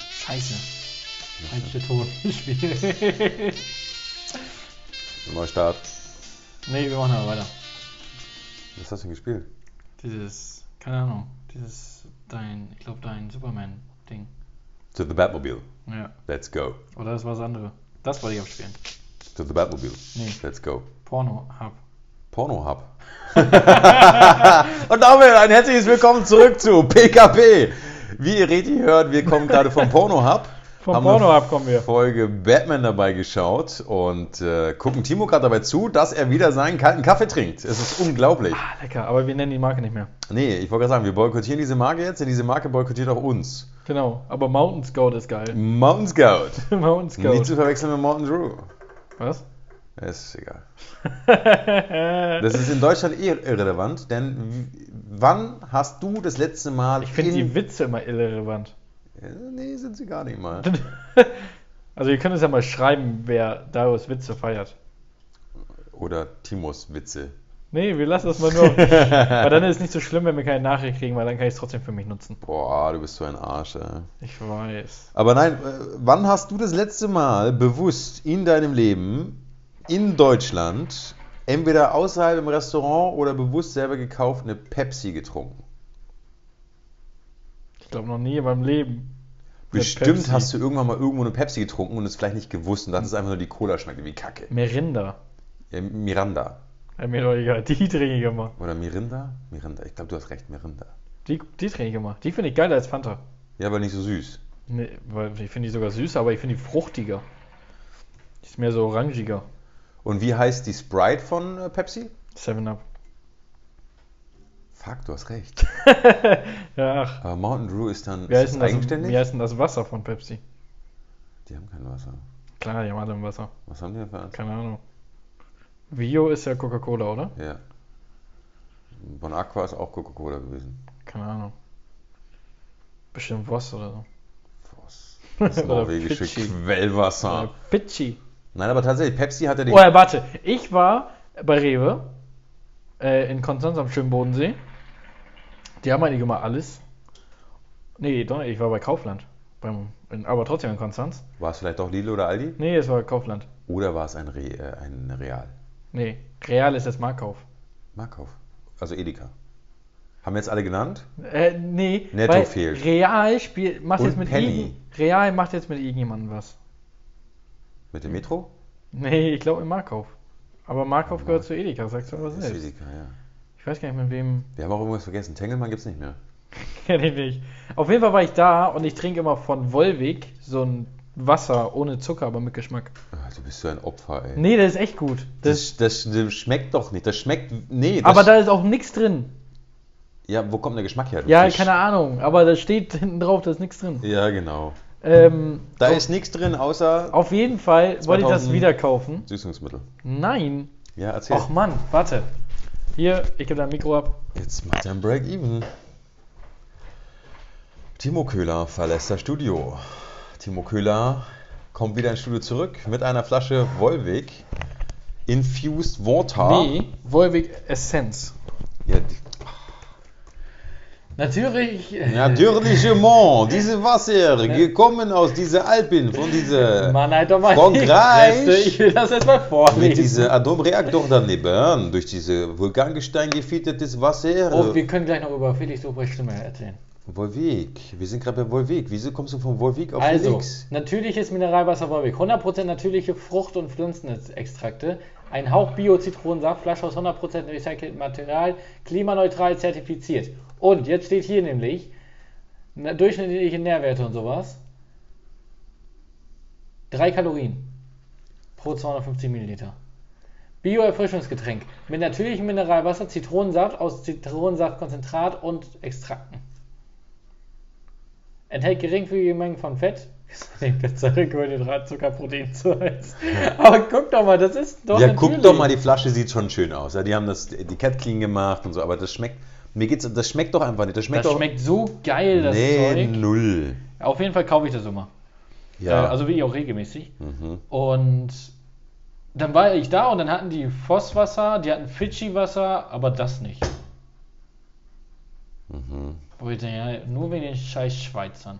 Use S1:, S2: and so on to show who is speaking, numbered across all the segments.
S1: Scheiße. Falsche Ton. Spiel.
S2: Neustart.
S1: nee, wir machen aber weiter.
S2: Was hast du denn gespielt?
S1: Dieses, keine Ahnung, dieses, dein, ich glaube, dein Superman-Ding.
S2: To the Batmobile.
S1: Ja.
S2: Let's go.
S1: Oder das war das andere. Das wollte ich abspielen.
S2: To the Batmobile.
S1: Nee.
S2: Let's go.
S1: Porno-Hub.
S2: Pornohub. Und damit ein herzliches Willkommen zurück zu PKP. Wie ihr richtig hört, wir kommen gerade vom Pornohub.
S3: Vom
S2: Haben wir-
S3: Porno kommen wir.
S2: Folge Batman dabei geschaut und äh, gucken Timo gerade dabei zu, dass er wieder seinen kalten Kaffee trinkt. Es ist unglaublich.
S3: Ah, lecker, aber wir nennen die Marke nicht mehr. Nee.
S2: Nee, ich wollte gerade sagen, wir boykottieren diese Marke jetzt, denn diese Marke boykottiert auch uns.
S3: Genau, aber Mountain Scout ist geil.
S2: Mountain Scout.
S3: Mountain
S2: Nicht zu
S3: Scout.
S2: verwechseln mit Mountain Dew.
S3: Was?
S2: Ist egal. Das ist in Deutschland eh irrelevant, denn w- wann hast du das letzte Mal.
S3: Ich finde
S2: in-
S3: die Witze immer irrelevant.
S2: Äh, Nee, sind sie gar nicht mal.
S3: Also ihr könnt es ja mal schreiben, wer Darius Witze feiert.
S2: Oder Timos Witze.
S3: Nee, wir lassen das mal nur. Weil dann ist es nicht so schlimm, wenn wir keine Nachricht kriegen, weil dann kann ich es trotzdem für mich nutzen.
S2: Boah, du bist so ein Arsch, ey.
S3: Ich weiß.
S2: Aber nein, äh, wann hast du das letzte Mal bewusst in deinem Leben in Deutschland entweder außerhalb im Restaurant oder bewusst selber gekauft eine Pepsi getrunken?
S3: Ich glaube noch nie in meinem Leben. Eine
S2: Bestimmt
S3: Pepsi.
S2: hast du irgendwann mal irgendwo eine Pepsi getrunken und es vielleicht nicht gewusst und dachtest einfach nur, die Cola schmeckt wie Kacke.
S3: Merinda.
S2: Äh, Miranda.
S3: Ja, Äh, mir doch egal. Die trinke ich immer.
S2: Oder Mirinda? Mirinda. Ich glaube, du hast recht, Mirinda.
S3: Die, die trinke ich immer. Die finde ich geiler als Fanta.
S2: Ja, aber nicht so süß.
S3: Nee, weil ich finde die sogar süß, aber ich finde die fruchtiger. Die ist mehr so orangiger.
S2: Und wie heißt die Sprite von äh, Pepsi?
S3: Seven Up.
S2: Fuck, du hast recht.
S3: Ja, ach.
S2: Aber Mountain Dew ist dann
S3: Wie heißt,
S2: ist
S3: denn
S2: das
S3: das,
S2: eigenständig?
S3: wie heißt denn das Wasser von Pepsi?
S2: Die haben kein Wasser.
S3: Klar, die haben alle im Wasser.
S2: Was haben die denn für eins?
S3: Keine Ahnung. Bio ist ja Coca-Cola, oder?
S2: Ja. Bon Aqua ist auch Coca-Cola gewesen.
S3: Keine Ahnung. Bestimmt Voss oder so.
S2: Was? Das
S3: Oder
S2: norwegische
S3: Fidschi.
S2: Quellwasser.
S3: Oder Fidschi.
S2: Nein, aber tatsächlich, Pepsi hat ja den.
S3: Oh, ja, warte. Ich war bei Rewe äh, in Konstanz am schönen Bodensee. Die haben eigentlich immer alles. Nee, doch, ich war bei Kaufland. Beim, in, aber trotzdem in Konstanz.
S2: War es vielleicht doch Lidl oder Aldi?
S3: Nee, es war Kaufland.
S2: Oder war es ein, Re äh, ein Real?
S3: Nee, Real ist das Markauf.
S2: Markauf. Also Edeka. Haben wir jetzt alle genannt?
S3: Äh, nee,
S2: Netto
S3: weil
S2: fehlt.
S3: Real spielt, macht
S2: Und
S3: jetzt mit
S2: Penny.
S3: irgend- Real macht jetzt mit irgendjemandem was.
S2: Mit dem Metro?
S3: Nee, ich glaube im Markauf. Aber Markauf gehört zu Edeka, sagst du aber
S2: Oh Das ist
S3: selbst.
S2: Edeka, ja.
S3: Ich weiß gar nicht, mit wem.
S2: Wir haben auch irgendwas vergessen. Tengelmann gibt's nicht mehr.
S3: Kenn ich nicht. Auf jeden Fall war ich da und ich trinke immer von Volvic so ein Wasser ohne Zucker, aber mit Geschmack.
S2: Ah, du bist so ein Opfer, ey.
S3: Nee, das ist echt gut. Das,
S2: Das, das, das schmeckt doch nicht. Das schmeckt. Nee, das,
S3: aber da ist auch nichts drin.
S2: Ja, wo kommt der Geschmack her? du
S3: Ja,
S2: Fisch?
S3: keine Ahnung. Aber da steht hinten drauf, da ist nichts drin.
S2: Ja, genau.
S3: Ähm,
S2: Da
S3: auf,
S2: ist nichts drin außer
S3: auf jeden Fall wollte ich
S2: 2000
S3: das wieder kaufen.
S2: Süßungsmittel.
S3: Nein.
S2: Ja, erzähl.
S3: Och Mann, warte. Hier, ich gebe dein Mikro ab.
S2: Jetzt macht er ein Break-Even. Timo Köhler verlässt das Studio. Timo Köhler kommt wieder ins Studio zurück mit einer Flasche Volvic Infused Water.
S3: Nee, Volvic Essenz.
S2: Ja, die-
S1: Natürlich.
S2: Natürlichement, diese Wasser, gekommen aus dieser Alpen, von dieser
S1: Mann, halt doch mal die
S2: Frankreich.
S1: Fresse. Ich will das erstmal
S2: Mit
S1: vorlesen.
S2: diesem Atomreaktor daneben, durch diese Vulkangestein gefiltertes Wasser.
S1: Oh, wir können gleich noch über Felix Lobrechts Stimme erzählen.
S2: Wolwig, wir sind gerade bei Wolwig. Wieso kommst du von Wolwig auf
S1: Also,
S2: Felix?
S1: natürliches Mineralwasser Volvic, 100% natürliche Frucht- und Pflanzenextrakte, ein Hauch Bio-Zitronensaft, Flasche aus 100% recyceltem Material, klimaneutral zertifiziert. Und jetzt steht hier nämlich na, durchschnittliche Nährwerte und sowas. 3 Kalorien pro 250 Milliliter. Bio-Erfrischungsgetränk mit natürlichem Mineralwasser, Zitronensaft aus Zitronensaftkonzentrat und Extrakten. Enthält geringfügige Mengen von Fett. Fettsäure, Kohlenhydrat, Zucker, Protein, Salz. Aber guck doch mal, das ist doch
S2: ja, guck
S1: natürlich.
S2: doch mal, die Flasche sieht schon schön aus. Ja, die haben das Etikett clean gemacht und so, aber das schmeckt. Mir geht's, das schmeckt doch einfach nicht. Das schmeckt
S1: Das
S2: doch.
S1: schmeckt so geil, das
S2: nee,
S1: Zeug.
S2: null.
S1: Auf jeden Fall kaufe ich das immer.
S2: Ja,
S1: Äh, Also wirklich auch regelmäßig.
S2: mhm.
S1: Und dann war ich da und dann hatten die Vosswasser, die hatten Fidschi-Wasser, aber das nicht.
S2: Mhm.
S1: Wo ich denke, ja, nur wegen den scheiß Schweizern.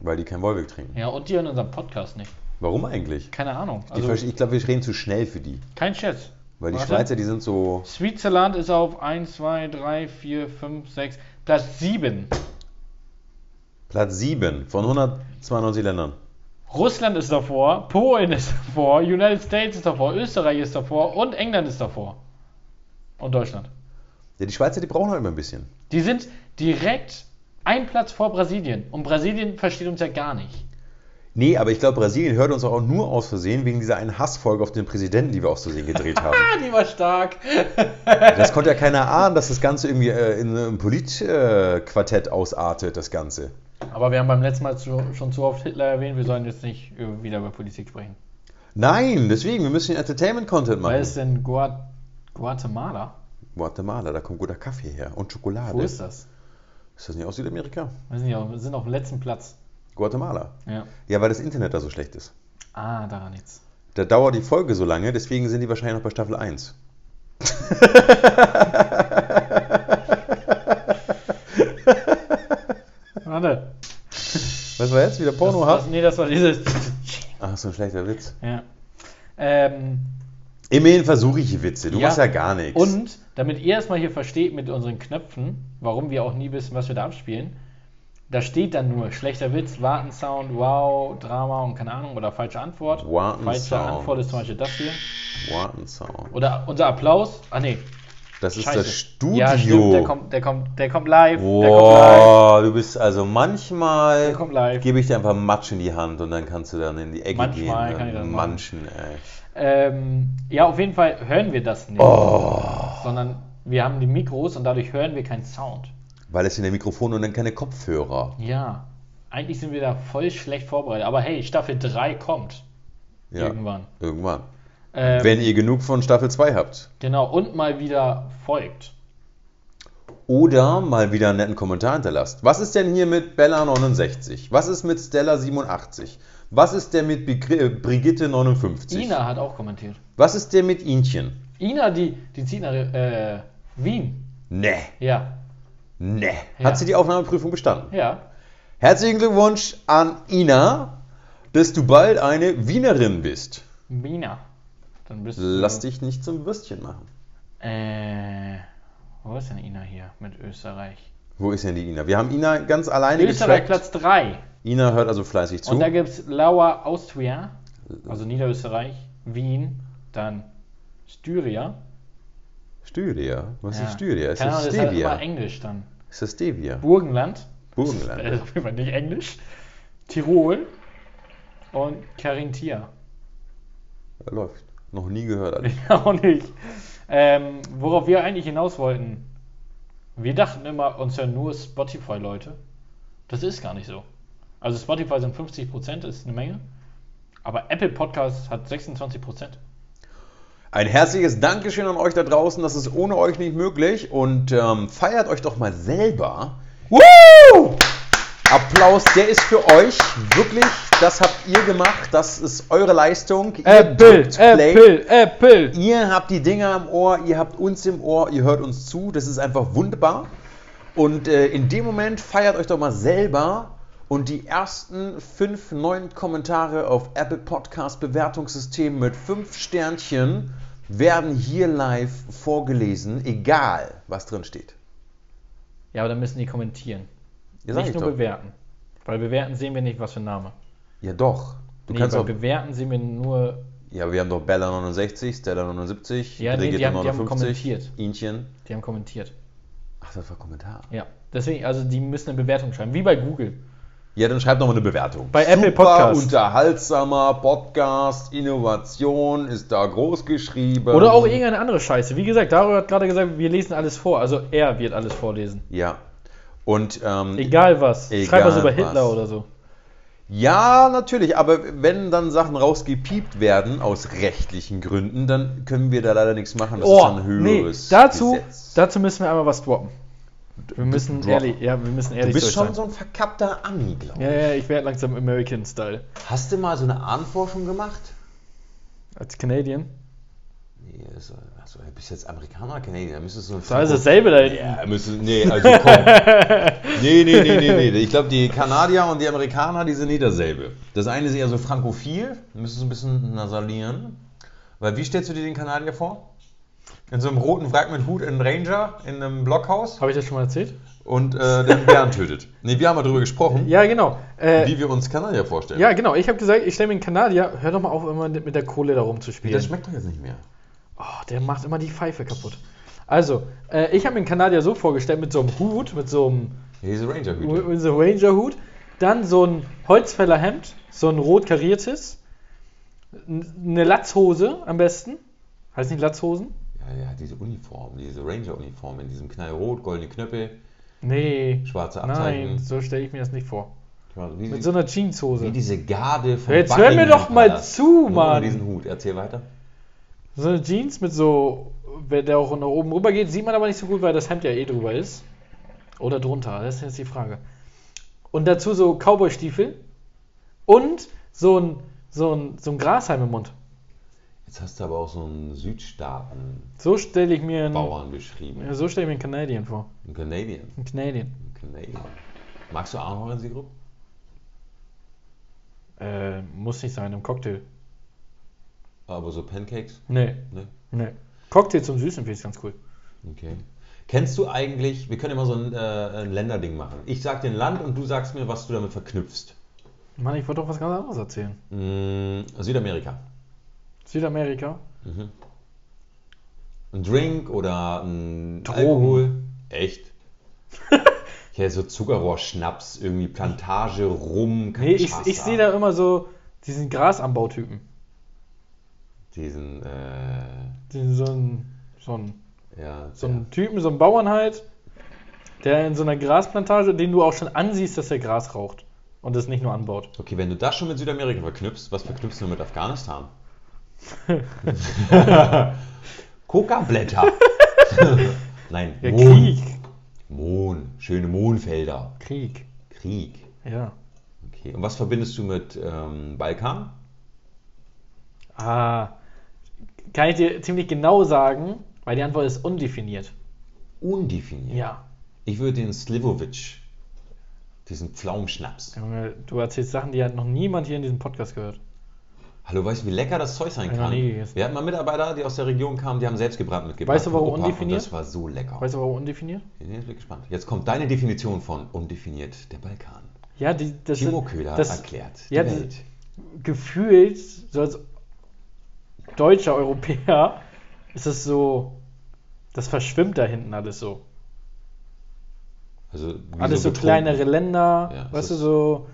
S2: Weil die kein Wolwig trinken.
S3: Ja, und die hören unseren Podcast nicht.
S2: Warum eigentlich?
S3: Keine Ahnung.
S2: Die
S3: Also,
S2: verste- ich glaube, wir reden zu schnell für die.
S3: kein Scherz.
S2: Weil die
S3: Warte.
S2: Schweizer, die sind so.
S3: Switzerland ist auf 1, 2, 3, 4, 5, 6, Platz 7.
S2: Platz 7 von 192 Ländern.
S3: Russland ist davor, Polen ist davor, United States ist davor, Österreich ist davor und England ist davor. Und Deutschland.
S2: Ja, die Schweizer, die brauchen halt immer ein bisschen.
S3: Die sind direkt ein Platz vor Brasilien. Und Brasilien versteht uns ja gar nicht.
S2: Nee, aber ich glaube, Brasilien hört uns auch nur aus Versehen wegen dieser einen Hassfolge auf den Präsidenten, die wir aus Versehen gedreht haben.
S3: Ah, die war stark.
S2: Das konnte ja keiner ahnen, dass das Ganze irgendwie äh, in einem Politquartett äh, Quartett ausartet, das Ganze.
S3: Aber wir haben beim letzten Mal zu, schon zu oft Hitler erwähnt, wir sollen jetzt nicht äh, wieder über Politik sprechen.
S2: Nein, deswegen, wir müssen Entertainment-Content
S3: Wer
S2: machen.
S3: ist denn Gua Guatemala?
S2: Guatemala, da kommt guter Kaffee her und Schokolade.
S3: Wo ist das?
S2: Ist das nicht aus Südamerika?
S3: Weiß nicht, aber wir sind auf dem letzten Platz.
S2: Guatemala.
S3: Ja.
S2: Ja, weil das Internet da so schlecht ist.
S3: Ah, daran nichts.
S2: Da dauert die Folge so lange, deswegen sind die wahrscheinlich noch bei Staffel 1.
S3: Warte.
S2: Was war jetzt? Wieder Porno
S3: das,
S2: hab?
S3: das, Nee, das war dieses.
S2: Ach, so ein schlechter Witz.
S3: ja. Ähm,
S2: Immerhin versuche ich die Witze, du
S3: Ja.
S2: machst ja gar nichts.
S3: Und damit ihr erstmal hier versteht mit unseren Knöpfen, warum wir auch nie wissen, was wir da abspielen, da steht dann nur schlechter Witz, Wartensound, wow, Drama und keine Ahnung oder falsche Antwort.
S2: Warten
S3: falsche
S2: Sound.
S3: Antwort ist zum Beispiel das hier.
S2: Warten Sound.
S3: Oder unser Applaus. Ah nee,
S2: Das ist
S3: scheiße.
S2: das Studio.
S3: Ja, stimmt, der kommt, der kommt, der kommt live. Der kommt live.
S2: Boah, du bist also manchmal
S3: Der kommt live.
S2: gebe ich dir einfach Matsch in die Hand und dann kannst du dann in die Ecke
S3: Manchmal
S2: gehen. äh,
S3: kann ich das machen.
S2: Manchen, äh, ey.
S3: Ähm, ja, auf jeden Fall hören wir das nicht,
S2: Oh,
S3: sondern wir haben die Mikros und dadurch hören wir keinen Sound.
S2: weil es in der Mikrofon und dann keine Kopfhörer.
S3: Ja, eigentlich sind wir da voll schlecht vorbereitet. Aber hey, Staffel 3 kommt
S2: Ja,
S3: irgendwann.
S2: irgendwann.
S3: Ähm,
S2: Wenn ihr genug von Staffel 2 habt.
S3: Genau, und mal wieder folgt.
S2: Oder mal wieder einen netten Kommentar hinterlasst. Was ist denn hier mit Bella 69? Was ist mit Stella 87? Was ist denn mit Bigri- äh, Brigitte 59?
S3: Ina hat auch kommentiert.
S2: Was ist denn mit Inchen?
S3: Ina, die, die zieht nach äh, Wien.
S2: Ne,
S3: Ja,
S2: ne.
S3: Ja.
S2: Hat sie die Aufnahmeprüfung bestanden?
S3: ja.
S2: Herzlichen Glückwunsch an Ina, dass du bald eine Wienerin bist.
S3: Mina. Dann bist du.
S2: Lass dich nicht zum Würstchen machen.
S3: Äh, wo ist denn Ina hier mit Österreich?
S2: Wo ist denn die Ina? Wir haben Ina ganz alleine
S3: Österreich
S2: getrackt.
S3: Platz 3.
S2: Ina hört also fleißig zu.
S3: Und da gibt es Laura Austria, also Niederösterreich, Wien, dann Styria.
S2: Styria? Was
S3: Ja.
S2: ist Styria? Ist
S3: Keine
S2: das
S3: Ahnung, das ist halt immer
S2: Stevia?
S3: Englisch dann.
S2: Ist das Stevia?
S3: Burgenland. Äh,
S2: Burgenland.
S3: auf jeden Fall nicht Englisch. Tirol und Carinthia.
S2: Läuft. Noch nie gehört. Alter.
S3: auch nicht. Ähm, worauf wir eigentlich hinaus wollten. Wir dachten immer, uns hören nur Spotify-Leute. Das ist gar nicht so. Also Spotify sind 50%, ist eine Menge. Aber Apple Podcast hat 26%.
S2: Ein herzliches Dankeschön an euch da draußen. Das ist ohne euch nicht möglich. Und ähm, feiert euch doch mal selber. Woo! Applaus, der ist für euch. Wirklich, das habt ihr gemacht. Das ist eure Leistung. Ihr drückt
S4: Apple.
S2: Ihr habt die Dinger im Ohr, ihr habt uns im Ohr, ihr hört uns zu. Das ist einfach wunderbar. Und äh, in dem Moment feiert euch doch mal selber. Und die ersten fünf neuen Kommentare auf Apple Podcast Bewertungssystem mit fünf Sternchen werden hier live vorgelesen, egal was drin steht.
S4: Ja, aber dann müssen die kommentieren.
S2: Ja, sag
S4: nicht
S2: ich
S4: nur
S2: doch.
S4: bewerten. Weil bewerten sehen wir nicht, was für ein Name.
S2: Ja, doch. Du
S4: nee,
S2: kannst
S4: bei
S2: auch.
S4: bewerten sehen wir nur,
S2: Ja, wir haben doch Bella 69, Stella 79,
S4: Ja, nee, die
S2: Brigitte
S4: haben- die haben
S2: 59,
S4: kommentiert.
S2: Inchen.
S4: die haben kommentiert.
S2: Ach, das war Kommentar.
S4: Ja. Deswegen, also die müssen eine Bewertung schreiben, wie bei Google.
S2: Ja, dann schreibt doch mal eine Bewertung.
S4: Bei Apple Podcast.
S2: unterhaltsamer Podcast, Innovation ist da groß geschrieben.
S4: Oder auch e- irgendeine andere Scheiße. Wie gesagt, Dario hat gerade gesagt, wir lesen alles vor. Also er wird alles vorlesen.
S2: Ja. Und ähm,
S4: Egal was. Schreib
S2: Egal
S4: was über Hitler
S2: was.
S4: oder so.
S2: ja, natürlich, aber wenn dann Sachen rausgepiept werden aus rechtlichen Gründen, dann können wir da leider nichts machen. Das ist
S4: Oh,
S2: ein
S4: nee,
S2: höheres
S4: dazu,
S2: Gesetz.
S4: dazu müssen wir einmal was droppen. Wir müssen
S2: droppen.
S4: ehrlich, ja, wir müssen
S2: Du
S4: ehrlich
S2: bist
S4: durch
S2: schon
S4: sein.
S2: so ein verkappter Ami, glaube ich.
S4: ja, ja, ich werde langsam American Style.
S2: Hast du mal so eine Ahnenforschung gemacht?
S4: Als Canadian.
S2: Nee, also, also, du bist jetzt Amerikaner, Kanadier, da müsstest du...
S3: Das ist dasselbe da hinten.
S2: Ja, müssen, nee, also komm. nee, nee, nee, nee, nee. Ich glaube, die Kanadier und die Amerikaner, die sind nicht dasselbe. Das eine ist eher so frankophil, müssen so ein bisschen nasalieren. Weil wie stellst du dir den Kanadier vor? In so einem roten Wrack mit Hut in Ranger, in einem Blockhaus
S3: Habe ich das schon mal erzählt?
S2: und äh, den Bären tötet. Nee, wir haben mal drüber gesprochen,
S3: Ja, genau. Äh,
S2: wie wir uns Kanadier vorstellen.
S3: ja, genau. Ich habe gesagt, ich stelle mir einen Kanadier. Hör doch mal auf, immer mit der Kohle da
S2: Das
S3: rumzuspielen.
S2: schmeckt doch jetzt nicht mehr.
S3: Oh, der macht immer die Pfeife kaputt. Also, äh, ich habe mir einen Kanadier so vorgestellt, mit so einem Hut, mit so einem
S2: Ja, diese Ranger-Hüte.
S3: mit so einem Ranger-Hut, dann so ein Holzfällerhemd, so ein rot kariertes, n- eine Latzhose am besten. Heißt nicht Latzhosen?
S2: Ja, der hat diese Uniform, diese Ranger-Uniform in diesem knallrot, goldene Knöpfe,
S3: Nee.
S2: schwarze Abzeichen.
S3: Nein, so stelle ich mir das nicht vor.
S2: Wie,
S3: Mit so einer Jeanshose.
S2: wie diese Garde von
S3: Jetzt hör mir
S2: Buckingham
S3: doch mal
S2: Palace.
S3: zu,
S2: Nur
S3: Mann.
S2: Ohne diesen Hut. Erzähl weiter.
S3: So eine Jeans mit so, wenn der auch nach oben rüber geht, sieht man aber nicht so gut, weil das Hemd ja eh drüber ist. Oder drunter, das ist jetzt die Frage. Und dazu so Cowboy-Stiefel und so ein, so ein, so ein Grashalm im Mund.
S2: Jetzt hast du aber auch so einen Südstaaten-Bauern
S3: So stelle ich mir einen,
S2: beschrieben.
S3: Hm. ja, so stell ich mir einen Canadian vor.
S2: Ein Canadian.
S3: Einen Canadian.
S2: Ein Canadian. Magst du Ahorn Sirup?
S3: Äh, muss nicht sein, im Cocktail.
S2: Aber so Pancakes?
S3: Nee,
S2: Ne?
S3: nee. Cocktail zum Süßen finde ich ganz cool.
S2: Okay. Kennst du eigentlich, wir können immer so ein, äh, ein Länderding machen. Ich sag dir ein Land und du sagst mir, was du damit verknüpfst.
S3: Mann, ich wollte doch was ganz anderes erzählen.
S2: Mm, Südamerika.
S3: Südamerika.
S2: Ein Drink oder ein
S3: Drogen.
S2: Alkohol. Echt? Ja, so Zuckerrohrschnaps, irgendwie Plantage, Rum,
S3: Nee, ich,
S2: Cachaça.
S3: ich sehe da immer so diesen Grasanbautypen.
S2: Diesen, äh,
S3: Den so ein, so ein
S2: ja.
S3: So einen Typen, so einen Bauern halt, der in so einer Grasplantage, den du auch schon ansiehst, dass er Gras raucht und das nicht nur anbaut.
S2: Okay, wenn du das schon mit Südamerika verknüpfst, was verknüpfst du mit Afghanistan? Coca-Blätter. Nein,
S3: Ja,
S2: Mohn.
S3: Krieg.
S2: Mohn. Schöne Mohnfelder.
S3: Krieg.
S2: Krieg.
S3: Ja.
S2: Okay. Und was verbindest du mit ähm, Balkan?
S3: Ah. Kann ich dir ziemlich genau sagen, weil die Antwort ist undefiniert.
S2: Undefiniert.
S3: Ja.
S2: Ich würde den Slivovic, diesen Pflaumenschnaps.
S3: Junge, du erzählst Sachen, die hat noch niemand hier in diesem Podcast gehört.
S2: Hallo, weißt du, wie lecker das Zeug sein
S3: Hab ich noch
S2: kann?
S3: nie gegessen.
S2: Wir hatten mal Mitarbeiter, die aus der Region kamen, die haben selbst gebrannt mitgebracht.
S3: Weißt du,
S2: vom
S3: warum
S2: Opa,
S3: undefiniert?
S2: Und das war so lecker.
S3: Weißt du, warum undefiniert?
S2: Nee, ich bin gespannt. Jetzt kommt deine Definition von undefiniert der Balkan.
S3: Ja, die, das
S2: Timo Köhler
S3: das
S2: erklärt die
S3: ja, das-
S2: Welt.
S3: gefühlt, so als deutscher Europäer, ist es so, das verschwimmt da hinten alles so.
S2: Also wie
S3: Alles so,
S2: betrunken.
S3: kleinere Länder,
S2: Ja, es
S3: weißt du,
S2: ist-
S3: so.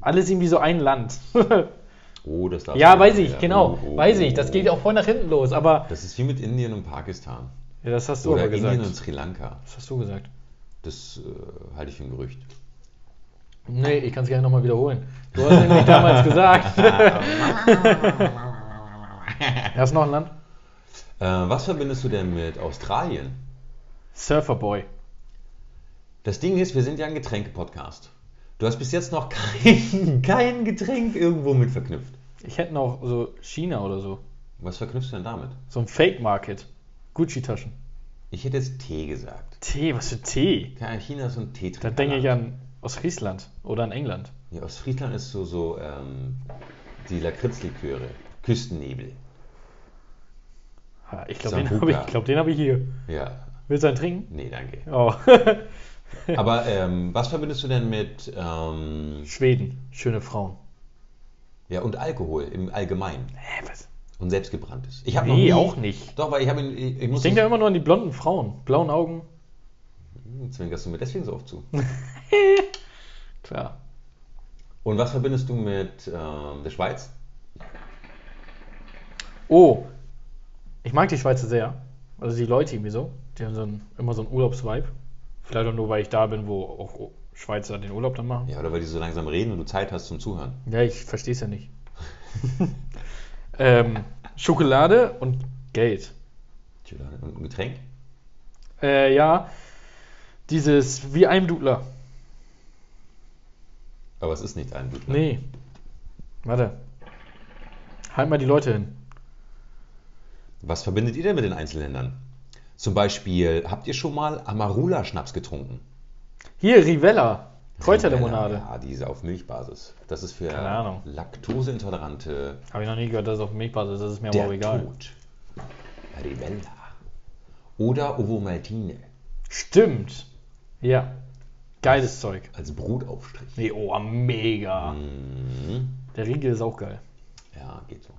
S3: Alles irgendwie so ein Land.
S2: Oh, das darf
S3: ja,
S2: man
S3: weiß
S2: nicht
S3: ich,
S2: mehr.
S3: genau.
S2: Oh, oh,
S3: weiß ich,
S2: oh,
S3: das
S2: oh.
S3: geht auch voll nach hinten los, aber.
S2: Das ist wie mit Indien und Pakistan.
S3: Ja, das hast du
S2: Oder
S3: aber
S2: Indien
S3: gesagt.
S2: und Sri Lanka.
S3: Das hast du gesagt.
S2: Das äh, halte ich für ein Gerücht.
S3: Nee, ich kann es gerne nochmal wiederholen. Du hast nämlich damals gesagt. Da ist noch ein Land.
S2: Äh, was verbindest du denn mit Australien?
S3: Surferboy.
S2: Das Ding ist, wir sind ja ein Getränke-Podcast. Du hast bis jetzt noch kein, kein Getränk irgendwo mit verknüpft.
S3: Ich hätte noch so China oder so.
S2: Was verknüpfst du denn damit?
S3: So ein Fake-Market. Gucci-Taschen.
S2: Ich hätte jetzt Tee gesagt.
S3: Tee, was für Tee?
S2: Ja, China ist so ein ne? Tee.
S3: Da denke ich an aus Friesland oder an England.
S2: Ja, aus Friesland ist so, so ähm, die Lakritzliköre, Küstennebel.
S3: Ha, Ich glaube, den habe ich,
S2: Sambuca.
S3: glaub, den hab ich hier.
S2: Ja,
S3: Willst du einen trinken?
S2: nee, danke.
S3: Oh.
S2: Aber ähm, was verbindest du denn mit ähm,
S3: Schweden, schöne Frauen.
S2: ja und Alkohol im Allgemeinen
S3: Hä, was?
S2: und selbstgebranntes? Ich habe noch
S3: Nee,
S2: nie,
S3: auch nicht.
S2: Doch, weil ich habe ihn, ich, ich
S3: Ich
S2: muss
S3: denke ja immer nur an die blonden Frauen. Blauen Augen.
S2: Hm, zwinkerst du mir deswegen so oft zu.
S3: Klar.
S2: Und was verbindest du mit ähm, der Schweiz?
S3: Oh, ich mag die Schweizer sehr. Also die Leute irgendwie so. Die haben so ein, immer so einen Urlaubsvibe. Vielleicht auch nur, weil ich da bin, wo auch Schweizer den Urlaub dann machen.
S2: Ja, oder weil die so langsam reden und du Zeit hast zum Zuhören.
S3: Ja, ich verstehe es ja nicht. ähm, Schokolade und Geld.
S2: Und ein Getränk?
S3: Äh, ja, dieses wie ein Dudler.
S2: Aber es ist nicht ein Blut.
S3: Nee. Warte. Halt mal die Leute hin.
S2: Was verbindet ihr denn mit den Einzelländern? Zum Beispiel, habt ihr schon mal Amarula-Schnaps getrunken?
S3: Hier, Rivella. Kräuterlimonade.
S2: Ja, die ist auf Milchbasis. Das ist für
S5: Keine Ahnung.
S2: Laktoseintolerante
S3: Habe ich noch nie gehört, dass es auf Milchbasis ist. Das ist mir aber
S2: der
S3: auch Oh, egal.
S2: Tod. Rivella. Oder Ovomaltine
S3: Stimmt. Ja. Geiles Zeug.
S2: als Brotaufstrich.
S3: Nee, oh, mega.
S2: Mhm.
S3: Der Riegel ist auch geil.
S2: Ja, geht so.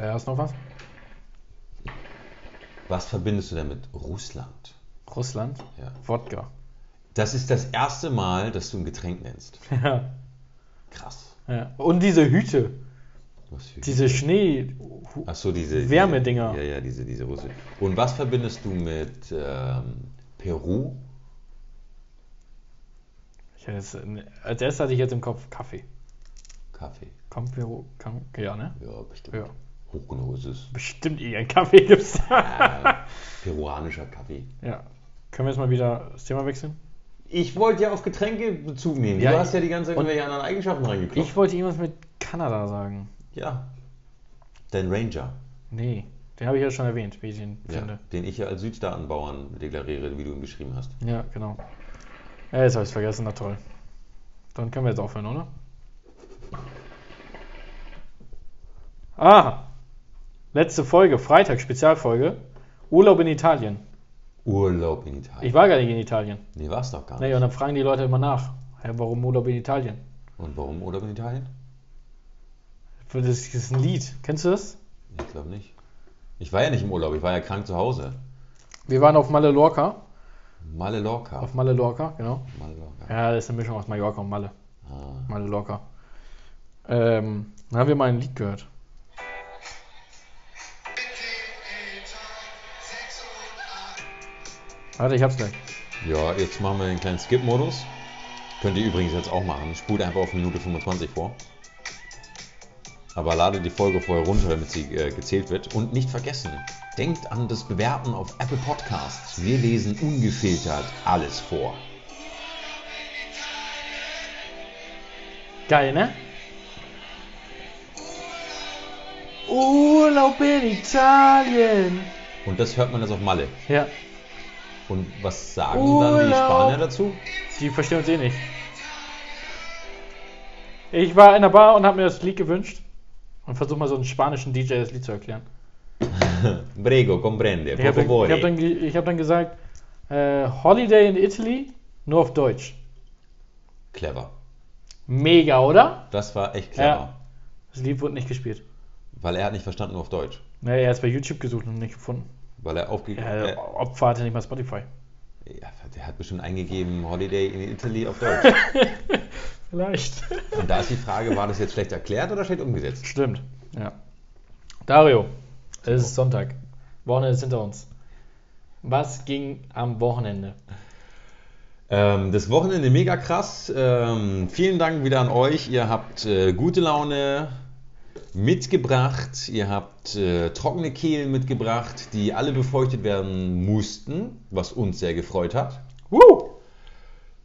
S3: Äh, hast du noch was?
S2: Was verbindest du denn mit Russland?
S3: Russland?
S2: Ja.
S3: Wodka.
S2: Das ist das erste Mal, dass du ein Getränk nennst.
S3: ja.
S2: Krass.
S3: Und diese Hüte.
S2: Was für
S3: Diese Schnee.
S2: Achso, diese
S3: Wärmedinger.
S2: Diese, ja, ja, diese, diese Russe. Und was verbindest du mit ähm, Peru?
S3: Ich hätte jetzt, als erstes hatte ich jetzt im Kopf Kaffee.
S2: Kaffee.
S3: Kommt Peru. Kam, ja, ne?
S2: Ja, bestimmt.
S3: Ja.
S2: Hoch genug ist es.
S3: Bestimmt irgendein Kaffee gibt's da.
S2: Äh, peruanischer Kaffee.
S3: Ja. Können wir jetzt mal wieder das Thema wechseln?
S2: Ich wollte ja auf Getränke Bezug nehmen.
S3: Ja,
S2: du hast ja die ganze Zeit
S3: und-
S2: irgendwelche anderen Eigenschaften reingeklopft.
S3: Ich wollte irgendwas mit Kanada sagen.
S2: ja. Dein Ranger,
S3: Nee. Den habe ich ja schon erwähnt, wie ich ihn
S2: ja,
S3: finde.
S2: den ich ja als Südstaatenbauern deklariere, wie du ihn beschrieben hast.
S3: Ja, genau. Ja, jetzt habe ich es vergessen, na toll. Dann können wir jetzt aufhören, oder? Ah! Letzte Folge, Freitag, Spezialfolge. Urlaub in Italien.
S2: Urlaub in Italien.
S3: Ich war gar nicht in Italien.
S2: nee, war's doch gar nicht.
S3: Nee, und dann fragen die Leute immer nach. Hä, warum Urlaub in Italien?
S2: Und warum Urlaub in Italien?
S3: Das ist ein Lied. Kennst du das?
S2: Ich glaube nicht. Ich war ja nicht im Urlaub, ich war ja krank zu Hause.
S3: Wir waren auf Malle Lorca.
S2: Malle Lorca.
S3: Auf Malle Lorca, genau.
S2: Malle Lorca.
S3: Ja, das ist eine Mischung aus Mallorca und Malle.
S2: Ah.
S3: Malle Lorca. Ähm, dann haben wir mal ein Lied gehört. Warte, ich hab's gleich.
S2: Ja, jetzt machen wir den kleinen Skip-Modus. Könnt ihr übrigens jetzt auch machen. Spult einfach auf Minute 25 vor. Aber ladet die Folge vorher runter, damit sie äh, gezählt wird. Und nicht vergessen, denkt an das Bewerten auf Apple Podcasts. Wir lesen ungefiltert alles vor.
S3: Geil, ne? Urlaub in Italien.
S2: Und das hört man jetzt auf Malle.
S3: Ja,
S2: Und was sagen dann
S3: Urlaub.
S2: die Spanier dazu?
S3: die verstehen uns eh nicht. Ich war in der Bar und habe mir das Lied gewünscht. Und versuch mal so einen spanischen DJ das Lied zu erklären.
S2: Brego, comprende,
S3: Ich
S2: por
S3: habe dann, ich
S2: favore.
S3: hab dann, ge- ich hab dann gesagt, äh, Holiday in Italy, nur auf Deutsch.
S2: Clever.
S3: Mega, oder?
S2: Das war echt clever.
S3: Ja. Das Lied wurde nicht gespielt.
S2: Weil er hat nicht verstanden, nur auf Deutsch.
S3: Naja, er hat es bei YouTube gesucht und nicht gefunden.
S2: Weil er aufgegeben
S3: Ja,
S2: äh,
S3: der Opfer hatte nicht mal Spotify.
S2: ja, Der hat bestimmt eingegeben Holiday in Italy auf Deutsch.
S3: Vielleicht.
S2: Und da ist die Frage, war das jetzt schlecht erklärt oder schlecht umgesetzt?
S3: Stimmt. Ja. Dario, es ist Sonntag. Wochenende ist hinter uns. Was ging am Wochenende?
S2: Ähm, das Wochenende mega krass. Ähm, vielen Dank wieder an euch. Ihr habt äh, gute Laune mitgebracht. Ihr habt äh, trockene Kehlen mitgebracht, die alle befeuchtet werden mussten, was uns sehr gefreut hat.
S3: Woo!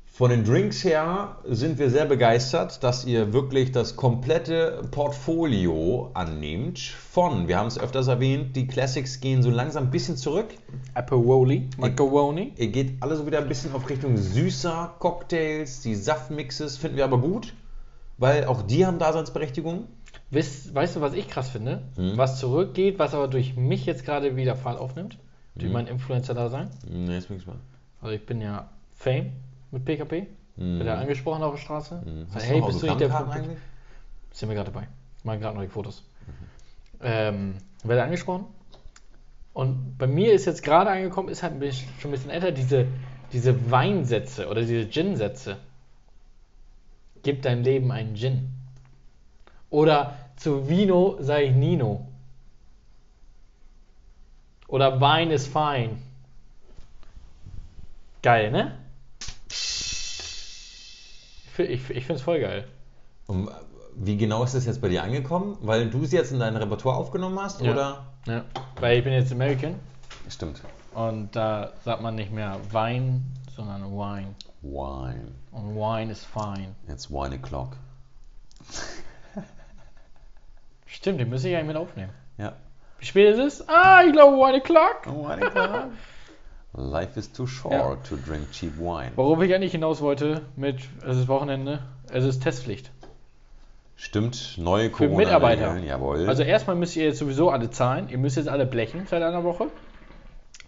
S2: Von den Drinks her sind wir sehr begeistert, dass ihr wirklich das komplette Portfolio annehmt. Von, wir haben es öfters erwähnt, die Classics gehen so langsam ein bisschen zurück.
S3: Aperoli, Macaroni.
S2: Ihr geht alles wieder ein bisschen auf Richtung süßer Cocktails, die Saftmixes finden wir aber gut, weil auch die haben Daseinsberechtigung.
S3: Weißt, weißt du, was ich krass finde? Was zurückgeht, was aber durch mich jetzt gerade wieder Fahrt aufnimmt. Durch mein Influencer-Dasein.
S2: Ne, jetzt bin ich gespannt.
S3: Also ich bin ja Fame mit PKP. Bin ja angesprochen auf der Straße. Sag,
S2: Mhm. Hast
S3: hey,
S2: du
S3: bist du
S2: noch
S3: nicht der
S2: Autogrammkarten
S3: PKP?
S2: eigentlich?
S3: Sind wir gerade dabei. Machen gerade noch die Fotos. Ähm, werde angesprochen. Und bei mir ist jetzt gerade angekommen, ist halt ein bisschen, schon ein bisschen älter, diese, diese Weinsätze oder diese Gin-Sätze. Gib deinem Leben einen Gin. Oder zu Vino sei ich Nino. Oder Wein ist fein. Geil, ne? Ich, fi- ich, ich finde es voll geil.
S2: Und wie genau ist das jetzt bei dir angekommen? Weil du es jetzt in dein Repertoire aufgenommen hast,
S3: Ja.
S2: oder?
S3: Ja, weil ich bin jetzt American
S2: Stimmt.
S3: und da sagt man nicht mehr Wein, sondern Wine.
S2: Wine.
S3: Und Wine ist fine.
S2: It's wine o'clock.
S3: Stimmt, den müsste ich eigentlich mit aufnehmen.
S2: Ja.
S3: Wie spät ist es? Ah, ich glaube, one Oh, o'clock.
S2: Life is too short
S3: Ja.
S2: to drink cheap wine.
S3: Worauf ich eigentlich hinaus wollte mit, es ist Wochenende, es ist Testpflicht.
S2: Stimmt, neue
S3: Für
S2: corona
S3: Mitarbeiter.
S2: jawohl.
S3: Also erstmal müsst ihr jetzt sowieso alle zahlen. Ihr müsst jetzt alle blechen seit einer Woche.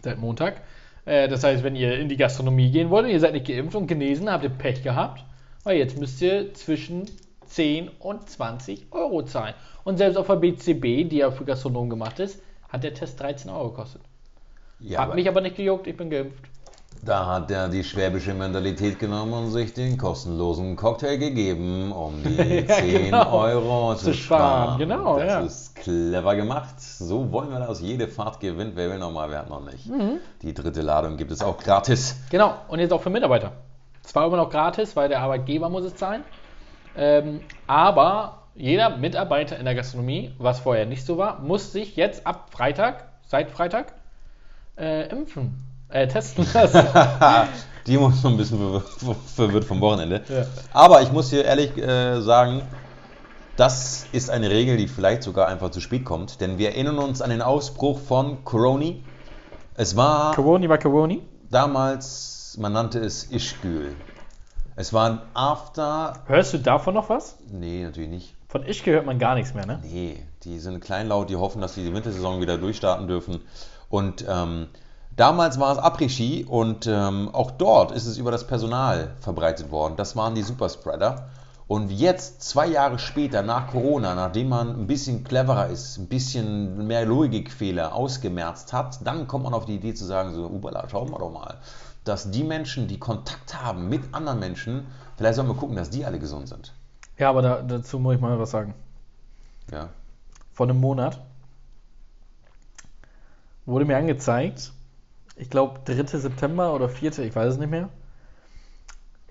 S3: Seit Montag. Äh, das heißt, wenn ihr in die Gastronomie gehen wollt und ihr seid nicht geimpft und genesen, habt ihr Pech gehabt. Weil jetzt müsst ihr zwischen 10 und 20 Euro zahlen. Und selbst auf der BCB, die ja für Gastronomen gemacht ist, hat der Test 13 Euro gekostet.
S2: ja,
S3: hat
S2: aber
S3: mich aber nicht gejuckt, ich bin geimpft.
S2: da hat er die schwäbische Mentalität genommen und sich den kostenlosen Cocktail gegeben, um die 10
S3: genau.
S2: Euro zu,
S3: Zu sparen.
S2: sparen.
S3: Genau,
S2: das
S3: ja.
S2: ist clever gemacht. So wollen wir das. Jede Fahrt gewinnt. Wer will nochmal, wer hat noch nicht.
S3: Mhm.
S2: Die dritte Ladung gibt es auch gratis.
S3: Genau, und jetzt auch für Mitarbeiter. Zwar immer noch gratis, weil der Arbeitgeber muss es zahlen, ähm, aber jeder Mitarbeiter in der Gastronomie, was vorher nicht so war, muss sich jetzt ab Freitag, seit Freitag, äh, impfen, äh, testen lassen.
S2: Die muss noch ein bisschen verwirrt- verwirrt vom Wochenende.
S3: Ja.
S2: Aber ich muss hier ehrlich äh, sagen, das ist eine Regel, die vielleicht sogar einfach zu spät kommt. Denn wir erinnern uns an den Ausbruch von Coroni. Es war
S3: Coroni war Coroni.
S2: damals, man nannte es Ischgl. Es war ein After.
S3: Hörst du davon noch was?
S2: Nee, natürlich nicht.
S3: Von Ischke hört man gar nichts mehr, ne?
S2: Nee, die sind kleinlaut, die hoffen, dass sie die Wintersaison wieder durchstarten dürfen. Und ähm, damals war es Après-Ski und ähm, auch dort ist es über das Personal verbreitet worden. Das waren die Superspreader. Und jetzt, zwei Jahre später, nach Corona, nachdem man ein bisschen cleverer ist, ein bisschen mehr Logikfehler ausgemerzt hat, dann kommt man auf die Idee zu sagen, so, Ubala, schauen wir doch mal, dass die Menschen, die Kontakt haben mit anderen Menschen, vielleicht sollen wir gucken, dass die alle gesund sind.
S3: Ja, aber da, dazu muss ich mal was sagen.
S2: Ja.
S3: vor einem Monat wurde mir angezeigt, ich glaube 3. September oder 4., ich weiß es nicht mehr.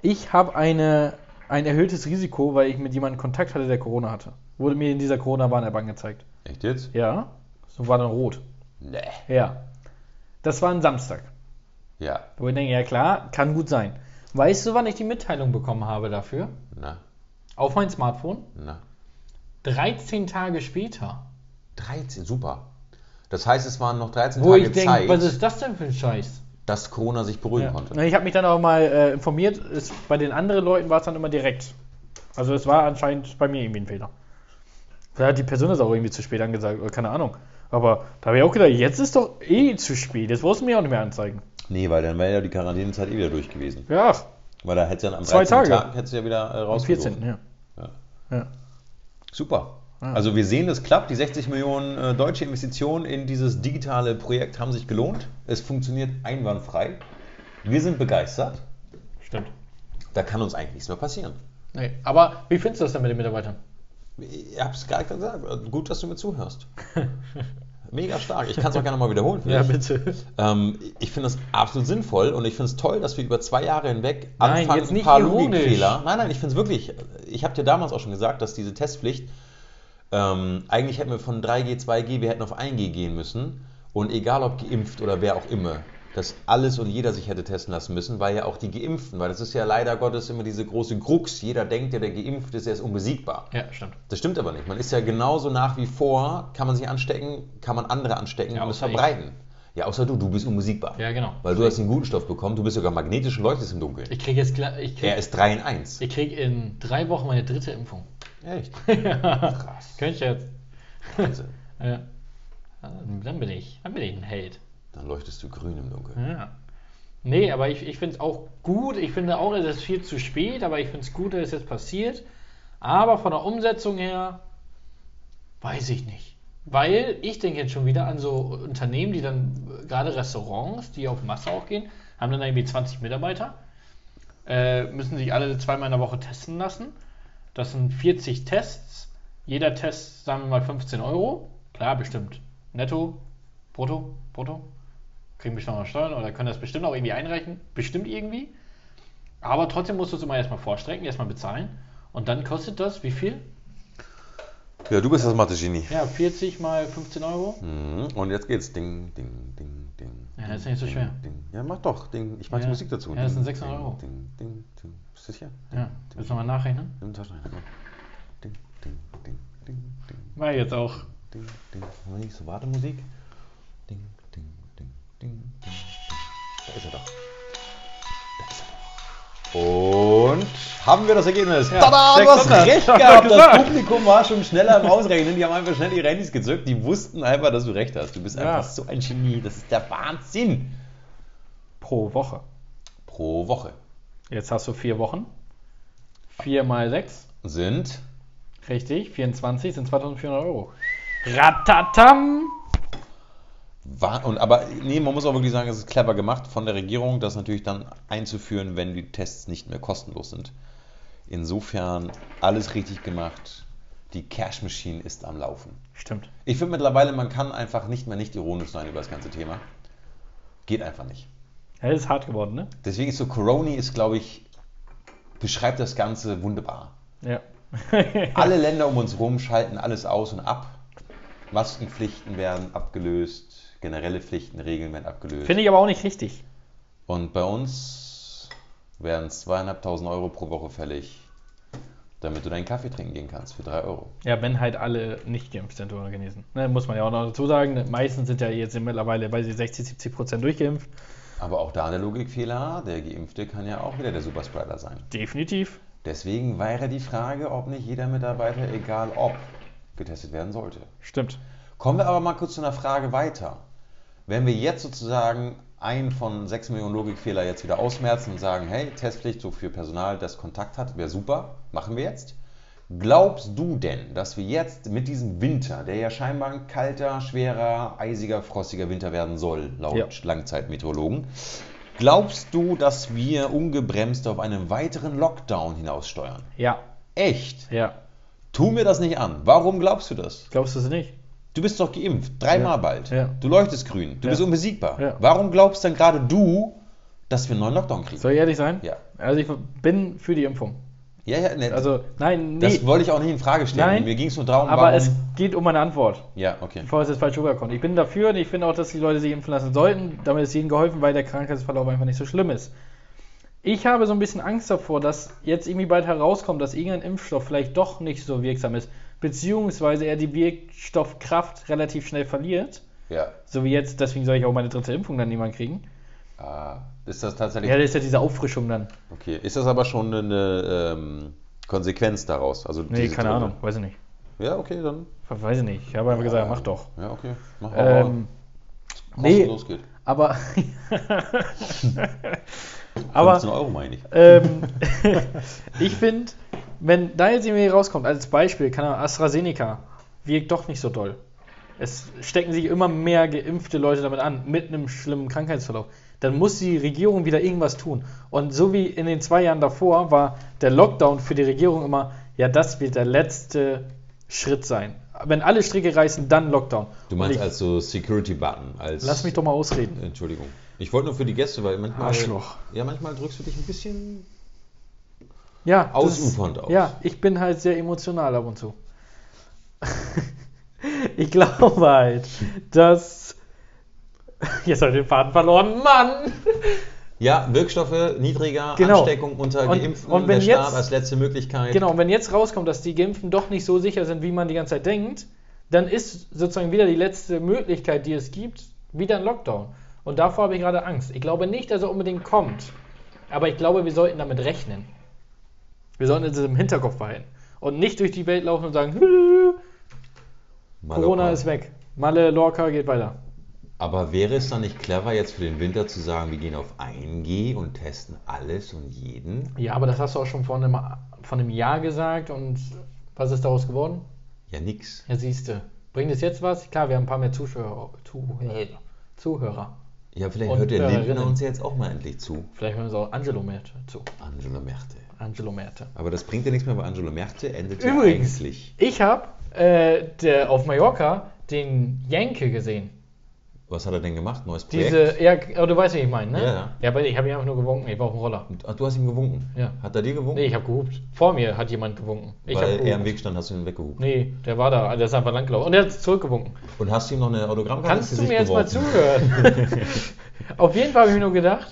S3: Ich habe eine, ein erhöhtes Risiko, weil ich mit jemandem Kontakt hatte, der Corona hatte. Wurde mir in dieser Corona-Warn-App angezeigt.
S2: Echt jetzt?
S3: Ja, so war dann rot.
S2: Nee.
S3: Ja. Das war ein Samstag.
S2: Ja.
S3: Wo ich denke, ja klar, kann gut sein. Weißt du, wann ich die Mitteilung bekommen habe dafür?
S2: Na,
S3: Auf mein Smartphone?
S2: na.
S3: 13 Tage später.
S2: 13, super. Das heißt, es waren noch 13
S3: Wo
S2: Tage
S3: ich denke,
S2: Zeit,
S3: was ist das denn für ein Scheiß?
S2: dass Corona sich beruhigen
S3: Ja.
S2: konnte.
S3: Na, Ich habe mich dann auch mal äh, informiert. Es, bei den anderen Leuten war es dann immer direkt. Also es war anscheinend bei mir irgendwie ein Fehler. Vielleicht hat die Person das auch irgendwie zu spät angesagt oder keine Ahnung. Aber da habe ich auch gedacht, jetzt ist doch eh zu spät. Jetzt wolltest du mir auch nicht mehr anzeigen.
S2: Nee, weil dann wäre ja die Quarantänezeit eh wieder durch gewesen.
S3: Ja,
S2: Weil da hättest du dann am
S3: Zwei
S2: 13.
S3: Tage.
S2: Tag hättest du ja wieder äh,
S3: am
S2: rausgesucht.
S3: 14. Ja. Ah.
S2: Ja.
S3: Ja.
S2: Super.
S3: Ja.
S2: Also wir sehen, es klappt. Die 60 Millionen äh, deutsche Investitionen in dieses digitale Projekt haben sich gelohnt. Es funktioniert einwandfrei. Wir sind begeistert.
S3: Stimmt.
S2: Da kann uns eigentlich nichts mehr passieren.
S3: Nee, aber wie findest du das denn mit den Mitarbeitern?
S2: Ich hab's gerade gesagt. Gut, dass du mir zuhörst. Mega stark. Ich kann es auch gerne mal wiederholen. für dich.
S3: bitte.
S2: Ähm, ich finde das absolut sinnvoll und ich finde es toll, dass wir über zwei Jahre hinweg
S3: Nein, jetzt nicht
S2: ein paar
S3: ironisch.
S2: Logikfehler. Nein, nein, ich finde es wirklich. Ich habe dir damals auch schon gesagt, dass diese Testpflicht, ähm, eigentlich hätten wir von 3G, 2G, wir hätten auf 1G gehen müssen. Und egal ob geimpft oder wer auch immer, dass alles und jeder sich hätte testen lassen müssen, weil ja auch die Geimpften, weil das ist ja leider Gottes immer diese große Krux. Jeder denkt ja, der geimpft ist, er ist unbesiegbar.
S3: Ja, stimmt.
S2: Das stimmt aber nicht. Man ist ja genauso nach wie vor, kann man sich anstecken, kann man andere anstecken
S3: Ja,
S2: und es
S3: außer ich.
S2: verbreiten. Ja, außer du, du bist unbesiegbar.
S3: Ja, genau.
S2: Weil du hast einen guten Stoff bekommen, du bist sogar magnetisch und leuchtest im Dunkeln.
S3: Ich kriege jetzt gla- ich krieg,
S2: er ist 3 in 1.
S3: ich krieg in drei Wochen meine dritte Impfung.
S2: Echt?
S3: Krass. Könnte ich jetzt.
S2: Wahnsinn.
S3: Ja. Dann bin ich, dann bin ich ein Held.
S2: Dann leuchtest du grün im Dunkeln.
S3: Ja. Nee, aber ich, ich finde es auch gut. Ich finde auch, es ist viel zu spät, aber ich finde es gut, dass es jetzt passiert. Aber von der Umsetzung her weiß ich nicht. Weil ich denke jetzt schon wieder an so Unternehmen, die dann äh, gerade Restaurants, die auf Masse auch gehen, haben dann irgendwie 20 Mitarbeiter, äh, müssen sich alle zweimal in der Woche testen lassen. Das sind 40 Tests. Jeder Test, sagen wir mal, 15 Euro. Klar, bestimmt. Netto, brutto, brutto, kriegen bestimmt noch Steuern oder können das bestimmt auch irgendwie einreichen. Bestimmt irgendwie. Aber trotzdem musst du es immer erstmal vorstrecken, erstmal bezahlen. Und dann kostet das wie viel?
S2: Ja, du bist das Mathe-Genie.
S3: Ja, 40 mal 15 Euro.
S2: Mhm. Und jetzt geht's. Ding, ding, ding, ding.
S3: Ja, das ist nicht so
S2: ding,
S3: schwer.
S2: Ding. Ja, mach doch. Ding. Ich mach die
S3: Ja.
S2: Musik dazu.
S3: Ja, das
S2: Ding,
S3: sind 600
S2: ding,
S3: Euro.
S2: Ding, ding, ding. Bist du sicher?
S3: Ja, willst du nochmal nachrechnen?
S2: Nimm einen Taschenrechner. Ding, ding, ding, ding, ding.
S3: War jetzt auch.
S2: ding, ding. Haben wir nicht so Wartemusik? Ding, ding, ding, ding, ding, ding. Da ist er doch. Da ist er doch. Und haben wir das Ergebnis? Tada,
S6: der
S2: du hast
S6: Konrad,
S2: recht
S6: hab ich
S2: gehabt.
S6: doch
S2: Das
S6: gesagt.
S2: Publikum war schon schneller im Ausrechnen. Die haben einfach schnell ihre Handys gezückt. Die wussten einfach, dass du recht hast. Du bist
S3: Ja.
S2: einfach so ein Genie. Das ist der Wahnsinn.
S3: Pro Woche.
S2: Pro Woche
S3: Jetzt hast du vier Wochen. Vier mal sechs.
S2: sind
S3: Richtig. 24 sind 2400 Euro. Ratatam!
S2: Wa- Und aber, nee, man muss auch wirklich sagen, es ist clever gemacht von der Regierung, das natürlich dann einzuführen, wenn die Tests nicht mehr kostenlos sind. Insofern alles richtig gemacht. Die Cash Machine ist am Laufen.
S3: Stimmt.
S2: Ich finde mittlerweile, man kann einfach nicht mehr nicht ironisch sein über das ganze Thema. Geht einfach nicht.
S3: Ja, Das ist hart geworden, ne?
S2: Deswegen ist so, Coroni ist, glaube ich, beschreibt das Ganze wunderbar.
S3: Ja.
S2: Alle Länder um uns herum schalten alles aus und ab. Maskenpflichten werden abgelöst, generelle Pflichten, Regeln werden abgelöst.
S3: Finde ich aber auch nicht richtig.
S2: Und bei uns werden zweieinhalbtausend Euro pro Woche fällig, damit du deinen Kaffee trinken gehen kannst für drei Euro.
S3: Ja, wenn halt alle nicht geimpft sind oder genesen. Ne, muss man ja auch noch dazu sagen. Meistens sind ja jetzt mittlerweile bei 60, 70 Prozent durchgeimpft.
S2: Aber auch da der Logikfehler, der Geimpfte kann ja auch wieder der Superspreader sein.
S3: Definitiv.
S2: Deswegen wäre die Frage, ob nicht jeder Mitarbeiter, egal ob, getestet werden sollte.
S3: Stimmt.
S2: Kommen wir aber mal kurz zu einer Frage weiter. Wenn wir jetzt sozusagen einen von sechs Millionen Logikfehler jetzt wieder ausmerzen und sagen, hey, Testpflicht so für Personal, das Kontakt hat, wäre super, machen wir jetzt. Glaubst du denn, dass wir jetzt mit diesem Winter, der ja scheinbar ein kalter, schwerer, eisiger, frostiger Winter werden soll, laut
S3: Ja.
S2: Langzeitmeteorologen, glaubst du, dass wir ungebremst auf einen weiteren Lockdown hinaussteuern?
S3: Ja.
S2: Echt?
S3: Ja.
S2: Tu mir das nicht an. Warum glaubst du das?
S3: Glaubst du es nicht?
S2: Du bist doch geimpft, dreimal
S3: Ja.
S2: bald.
S3: Ja.
S2: Du leuchtest grün, du
S3: Ja.
S2: bist unbesiegbar.
S3: Ja.
S2: Warum glaubst dann gerade du, dass wir einen neuen Lockdown kriegen?
S3: Soll ich ehrlich sein?
S2: Ja.
S3: Also ich bin für die Impfung.
S2: Ja, ja, ne,
S3: Also, nein, nee.
S2: das wollte ich auch nicht in Frage stellen.
S3: Nein.
S2: Mir ging es nur darum,
S3: aber
S2: warum.
S3: es geht um eine Antwort,
S2: ja, okay.
S3: bevor es jetzt falsch rüberkommt. Ich bin dafür und ich finde auch, dass die Leute sich impfen lassen sollten, damit es ihnen geholfen, weil der Krankheitsverlauf einfach nicht so schlimm ist. Ich habe so ein bisschen Angst davor, dass jetzt irgendwie bald herauskommt, dass irgendein Impfstoff vielleicht doch nicht so wirksam ist, beziehungsweise er die Wirkstoffkraft relativ schnell verliert,
S2: Ja.
S3: so wie jetzt, deswegen soll ich auch meine dritte Impfung dann niemand kriegen.
S2: Ah, ist das tatsächlich.
S3: Ja, das ist ja diese Auffrischung dann.
S2: Okay. Ist das aber schon eine ähm, Konsequenz daraus? Also
S3: Nee,
S2: diese
S3: keine
S2: Drohne?
S3: Ahnung, weiß ich nicht.
S2: Ja, okay, dann.
S3: Weiß ich nicht. Ich habe einfach gesagt, mach doch.
S2: Ja, okay. Mach mal.
S3: Ähm, nee.
S2: kostenlos geht.
S3: Aber. aber
S2: 15 Euro meine ich.
S3: ähm, ich finde, wenn da jetzt irgendwie rauskommt, als Beispiel, keine Ahnung, AstraZeneca wirkt doch nicht so doll. Es stecken sich immer mehr geimpfte Leute damit an, mit einem schlimmen Krankheitsverlauf. Dann muss die Regierung wieder irgendwas tun. Und so wie in den zwei Jahren davor war der Lockdown für die Regierung immer, ja, das wird der letzte Schritt sein. Wenn alle Stricke reißen, dann Lockdown.
S2: Du meinst
S3: Und ich,
S2: als so Security-Button, als.
S3: Lass mich doch mal ausreden.
S2: Entschuldigung. Ich wollte nur für die Gäste, weil manchmal.
S3: Arschloch.
S2: Ja, manchmal drückst du dich ein bisschen
S3: Ja, das-
S2: Ausufernd aus.
S3: Ja, ich bin halt sehr emotional ab und zu. ich glaube halt, dass. Jetzt habe ich den Faden verloren. Mann!
S2: Ja, Wirkstoffe niedriger,
S3: Genau.
S2: Ansteckung unter
S3: Und-
S2: Geimpften,
S3: und
S2: der
S3: wenn
S2: Staat
S3: jetzt-
S2: als letzte Möglichkeit.
S3: Genau, und wenn jetzt rauskommt, dass die Geimpften doch nicht so sicher sind, wie man die ganze Zeit denkt, dann ist sozusagen wieder die letzte Möglichkeit, die es gibt, wieder ein Lockdown. Und davor habe ich gerade Angst. Ich glaube nicht, dass er unbedingt kommt. Aber ich glaube, wir sollten damit rechnen. Wir sollten es im Hinterkopf behalten. Und nicht durch die Welt laufen und sagen, "Hü,
S2: Mallorca.
S3: Corona ist weg. Malle, Lorca geht weiter.
S2: Aber wäre es dann nicht clever, jetzt für den Winter zu sagen, wir gehen auf 1G und testen alles und jeden?
S3: Ja, aber das hast du auch schon vor einem, vor einem Jahr gesagt und was ist daraus geworden?
S2: Ja, nix.
S3: Ja, siehste. Bringt es jetzt was? Klar, wir haben ein paar mehr Zuschauer, Zuhörer. Zuhörer.
S2: Ja, vielleicht
S3: Und äh,
S2: hört der
S3: Hörerinnen.
S2: Lindner uns ja jetzt auch mal endlich zu.
S3: Vielleicht hören wir uns auch Angelo Merte zu.
S2: Angela Merte.
S3: Angelo Merte.
S2: Aber das bringt ja nichts mehr, weil Angela Merte endet
S3: Übrigens.
S2: ja eigentlich.
S3: Ich habe äh, der- auf Mallorca den Jenke gesehen.
S2: Was hat er denn gemacht? Neues Projekt?
S3: Diese, ja, oh, du weißt, wie ich meine, ne?
S2: Ja, ja.
S3: Ja, aber ich habe ihn einfach nur gewunken. Ich war auf dem Roller.
S2: Ach, ah, du hast ihm gewunken.
S3: Ja.
S2: Hat er dir gewunken?
S3: Nee, ich habe gehupt. Vor mir hat jemand gewunken. Ich hab
S2: weil er im
S3: gehupt.
S2: Weg stand, hast du ihn weggehupt.
S3: Nee, der war da. Also, Der ist einfach langgelaufen. Und der hat zurückgewunken.
S2: Und hast du ihm noch eine Autogrammkarte
S3: Kannst
S2: ins
S3: du mir
S2: Gesicht
S3: jetzt mal
S2: geworfen?
S3: zuhören? Auf jeden Fall habe ich nur gedacht,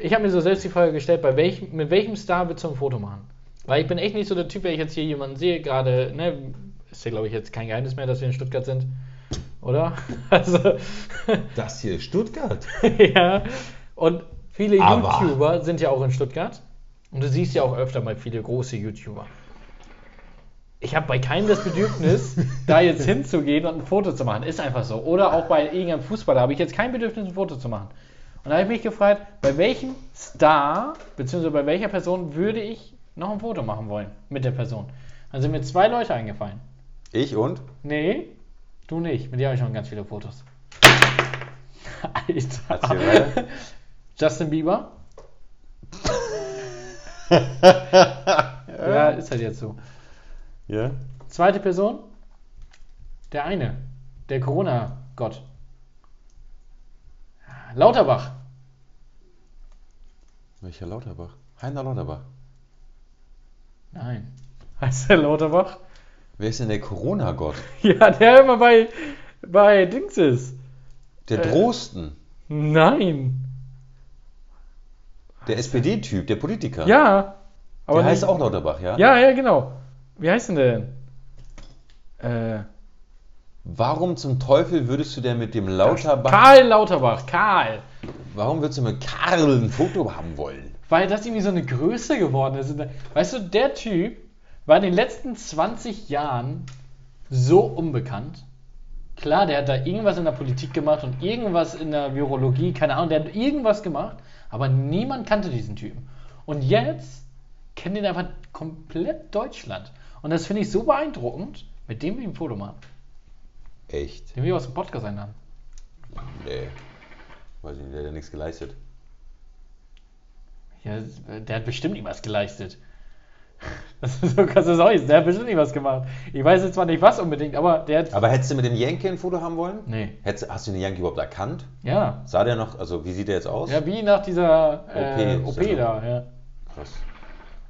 S3: ich habe mir so selbst die Frage gestellt, bei welchem, mit welchem Star willst du ein Foto machen? Weil ich bin echt nicht so der Typ, wenn ich jetzt hier jemanden sehe, gerade ne, ist ja, glaube ich, jetzt kein Geheimnis mehr, dass wir in Stuttgart sind. Oder? Also,
S2: Das hier ist Stuttgart.
S3: ja. Und viele
S2: Aber-
S3: YouTuber sind ja auch in Stuttgart. Und du siehst ja auch öfter mal viele große YouTuber. Ich habe bei keinem das Bedürfnis, da jetzt hinzugehen und ein Foto zu machen. Ist einfach so. Oder auch bei irgendeinem Fußballer habe ich jetzt kein Bedürfnis, ein Foto zu machen. Und da habe ich mich gefragt, bei welchem Star, beziehungsweise bei welcher Person würde ich noch ein Foto machen wollen mit der Person? Dann sind mir zwei Leute eingefallen.
S2: Ich und?
S3: Nee, du nicht. Mit dir habe ich schon ganz viele Fotos.
S2: Erzähl
S3: Alter.
S2: weiter.
S3: Justin Bieber? ja, ist halt jetzt so.
S2: Ja.
S3: Zweite Person? Der eine. Der Corona-Gott. Lauterbach.
S2: Welcher Lauterbach? Heiner Lauterbach.
S3: Nein. Heißt der Lauterbach?
S2: Wer ist denn der Corona-Gott?
S3: Ja, der immer bei, bei Dings ist.
S2: Der
S3: Äh.
S2: Drosten.
S3: Nein.
S2: Der SPD-Typ, der Politiker.
S3: Ja. Aber
S2: der heißt
S3: nicht-
S2: auch Lauterbach, ja?
S3: Ja, ja, genau. Wie heißt denn der denn? Äh,
S2: Warum zum Teufel würdest du denn mit dem Lauterbach.
S3: Karl Lauterbach. Karl.
S2: Warum würdest du mit Karl ein Foto haben wollen?
S3: Weil das irgendwie so eine Größe geworden ist. Und da- Weißt du, der Typ war in den letzten 20 Jahren so unbekannt. Klar, der hat da irgendwas in der Politik gemacht und irgendwas in der Virologie, keine Ahnung, der hat irgendwas gemacht, aber niemand kannte diesen Typen. Und jetzt kennt ihn einfach komplett Deutschland. Und das finde ich so beeindruckend, mit dem wir ein Foto machen.
S2: Echt?
S3: Den wir aus dem Podcast einladen.
S2: Nee. Weiß ich nicht, der hat ja nichts geleistet.
S3: Ja, der hat bestimmt ihm was geleistet. Das ist so krass, das auch ist. Der hat bestimmt ihm was gemacht. Ich weiß jetzt zwar nicht was unbedingt, aber der hat.
S2: Aber hättest du mit dem Yankee ein Foto haben wollen?
S3: Nee.
S2: Hättest, hast du den Yankee überhaupt erkannt?
S3: Ja.
S2: Sah der noch, also wie sieht der jetzt aus?
S3: Ja, wie nach dieser äh, OP,
S2: OP
S3: da, ja.
S2: Krass.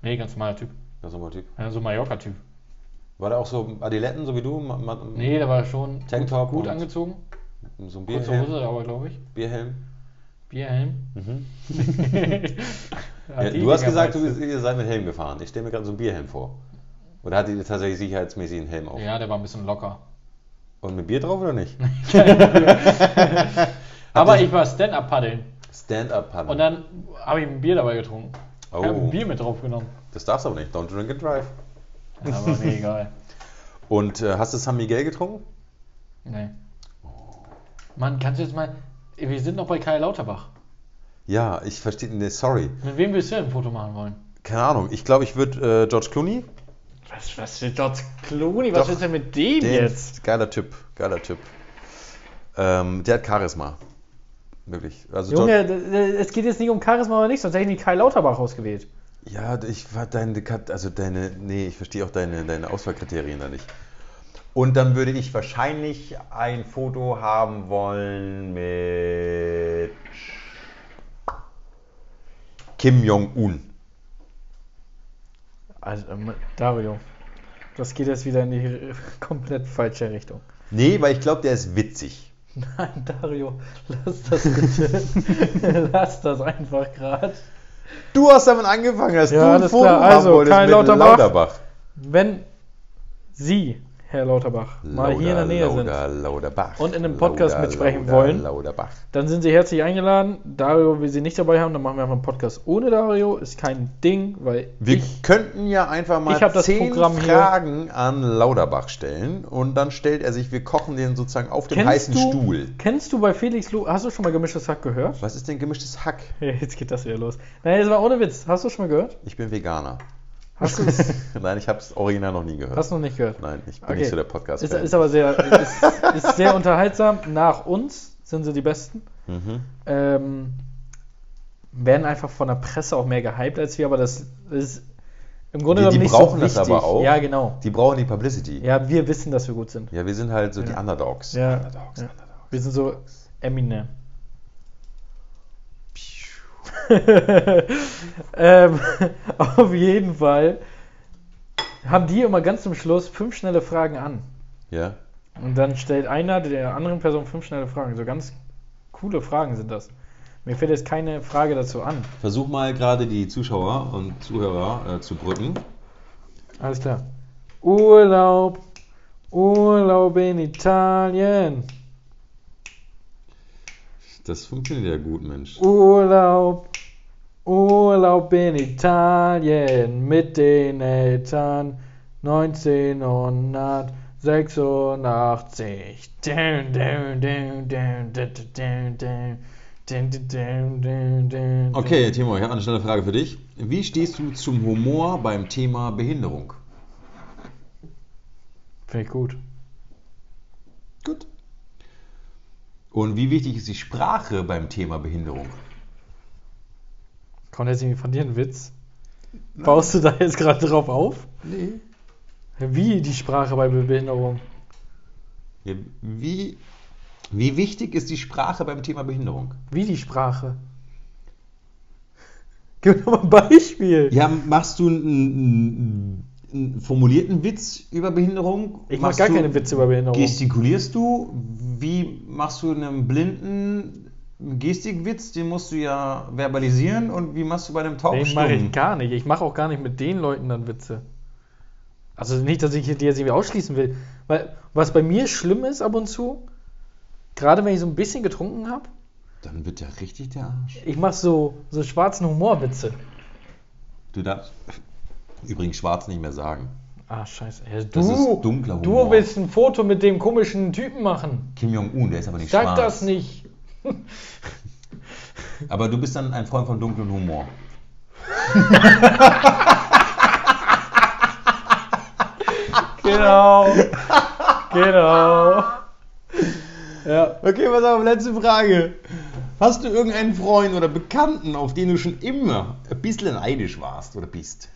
S3: Nee, ganz normaler Typ.
S2: Ganz normaler Typ.
S3: Ja, so Mallorca-Typ.
S2: War der auch so Adiletten, so wie du? Ma- ma-
S3: Nee, der war schon
S2: Tanktop
S3: gut, gut
S2: und-
S3: angezogen.
S2: So ein
S3: Kurze
S2: Bierhelm?
S3: Hose, aber glaube ich.
S2: Bierhelm?
S3: Bierhelm.
S2: Mhm.
S3: Ja,
S2: Ja,
S3: die
S2: du hast
S3: Dinger
S2: gesagt, du
S3: meinst
S2: bist, ihr seid mit Helm gefahren. Ich stelle mir gerade so einen Bierhelm vor. Oder hatte ihr tatsächlich sicherheitsmäßig einen Helm auf?
S3: Ja, der war ein bisschen locker.
S2: Und mit Bier drauf oder nicht?
S3: Aber
S2: ihr-
S3: ich war Stand-Up-Paddeln.
S2: Stand-up-Paddle.
S3: Und dann habe ich ein Bier dabei getrunken. Ich habe ein
S2: Oh,
S3: Bier mit draufgenommen.
S2: das darfst du aber nicht. Don't drink and drive.
S3: Ja, aber mir egal.
S2: Und äh, hast du San Miguel getrunken?
S3: Nee. Mann, kannst du jetzt mal. Wir sind noch bei Kai Lauterbach.
S2: Ja, ich verstehe. Nee, sorry.
S3: Mit wem willst du denn ein Foto machen wollen?
S2: Keine Ahnung. Ich glaube, ich würde äh, George Clooney.
S3: Was, was für George Clooney?
S2: Was Doch,
S3: willst du denn mit dem
S2: Den- Geiler Typ. Geiler Typ. Ähm, der hat Charisma. Wirklich. Also
S3: Junge, d- d- es geht jetzt nicht um Charisma oder nicht, sonst hätte ich nicht Kai Lauterbach ausgewählt.
S2: Ja, ich war deine, Kat- also deine, nee, ich verstehe auch deine, deine Auswahlkriterien da nicht. Und dann würde ich wahrscheinlich ein Foto haben wollen mit Kim Jong-un.
S3: Also, ähm, Dario, das geht jetzt wieder in die komplett falsche Richtung.
S2: Nee, weil ich glaube, der ist witzig.
S3: Nein, Dario, lass das bitte. lass das einfach gerade.
S2: Du hast damit angefangen, dass
S3: Ja,
S2: du ein
S3: alles
S2: Foto
S3: klar.
S2: haben
S3: Also,
S2: wolltest
S3: Karl
S2: mit
S3: Lauterbach.
S2: Lauterbach.
S3: Wenn Sie, Herr Lauterbach, mal hier in der Nähe sind.
S2: Lauder, Lauterbach.
S3: und in einem Podcast
S2: Lauder,
S3: mitsprechen
S2: Lauder,
S3: wollen.
S2: Lauterbach.
S3: Dann sind sie herzlich eingeladen. Dario will sie nicht dabei haben, dann machen wir einfach einen Podcast ohne Dario. Ist kein Ding, weil
S2: Wir
S3: ich.
S2: könnten ja einfach mal
S3: Ich hab das
S2: zehn
S3: Programm hier.
S2: Fragen an Lauderbach stellen und dann stellt er sich, wir kochen den sozusagen auf dem heißen
S3: du,
S2: Stuhl.
S3: Kennst du bei Felix Lu. Hast du schon mal gemischtes Hack gehört?
S2: Was ist denn gemischtes Hack?
S3: Ja, jetzt geht das wieder los. Nein, jetzt mal ohne Witz. Hast du schon mal gehört?
S2: Ich bin Veganer.
S3: Hast du es?
S2: Nein, ich habe es original noch nie gehört.
S3: hast du noch nicht gehört?
S2: Nein, ich bin
S3: Okay.
S2: nicht so der podcast
S3: Ist, ist aber sehr, ist, ist sehr unterhaltsam. Nach uns sind sie die Besten.
S2: mhm.
S3: ähm, werden einfach von der Presse auch mehr gehypt als wir, aber das ist im Grunde
S2: Die-
S3: genommen
S2: die
S3: nicht
S2: brauchen
S3: so
S2: das
S3: wichtig.
S2: aber auch.
S3: Ja, genau.
S2: Die brauchen die Publicity.
S3: Ja, wir wissen, dass wir gut sind.
S2: Ja, wir sind halt so die
S3: Ja.
S2: Underdogs.
S3: Ja.
S2: Underdogs,
S3: Ja.
S2: Underdogs.
S3: Wir sind so Eminem. ähm, auf jeden Fall haben die immer ganz zum Schluss fünf schnelle Fragen an.
S2: Ja.
S3: Und dann stellt einer der anderen Person fünf schnelle Fragen. So ganz coole Fragen sind das. Mir fällt jetzt keine Frage dazu an.
S2: Versuch mal gerade die Zuschauer und Zuhörer äh, zu brücken.
S3: Alles klar. Urlaub
S6: Urlaub in Italien.
S2: Das funktioniert ja gut, Mensch.
S6: Urlaub. Urlaub in Italien mit den Eltern 1986. Dun, dun, dun, dun, dun, dun, dun, dun, dun, dun, dun, dun.
S2: Okay, Timo, ich habe eine schnelle Frage für dich. Wie stehst du zum Humor beim Thema Behinderung?
S6: Finde ich gut.
S2: Gut. Und wie wichtig ist die Sprache beim Thema Behinderung?
S6: Kommt jetzt irgendwie von dir ein Witz? Baust du da jetzt gerade drauf auf?
S2: Nee.
S6: Wie die Sprache bei Behinderung?
S2: Ja, Wie, wie wichtig ist die Sprache beim Thema Behinderung?
S6: Wie die Sprache? Gib mir doch mal ein Beispiel.
S2: Ja, machst du einen, einen- einen formulierten Witz über Behinderung?
S6: ich mach
S2: Machst
S6: gar
S2: du-
S6: keine Witze über Behinderung.
S2: Gestikulierst du? Wie machst du einem Blinden einen Gestikwitz? Den musst du ja verbalisieren. Und wie machst du bei einem
S6: Nee, mache ich
S2: Taubstummen?
S6: gar nicht. Ich mache auch gar nicht mit den Leuten dann Witze. Also nicht, dass ich die jetzt irgendwie ausschließen will. Weil, was bei mir schlimm ist ab und zu, gerade wenn ich so ein bisschen getrunken habe,
S2: Dann wird ja richtig der Arsch.
S6: ich mache so, so schwarzen Humorwitze.
S2: Du darfst übrigens schwarz nicht mehr sagen.
S6: Ah, scheiße. Ja,
S2: Das
S6: du,
S2: ist dunkler Humor.
S6: du willst ein Foto mit dem komischen Typen machen.
S2: Kim Jong-un, der ist aber nicht
S6: Sag
S2: schwarz.
S6: das nicht.
S2: Aber du bist dann ein Freund von dunklem Humor.
S6: Genau. genau. Ja.
S2: Okay, pass auf, letzte Frage. Hast du irgendeinen Freund oder Bekannten, auf den du schon immer ein bisschen neidisch warst oder bist?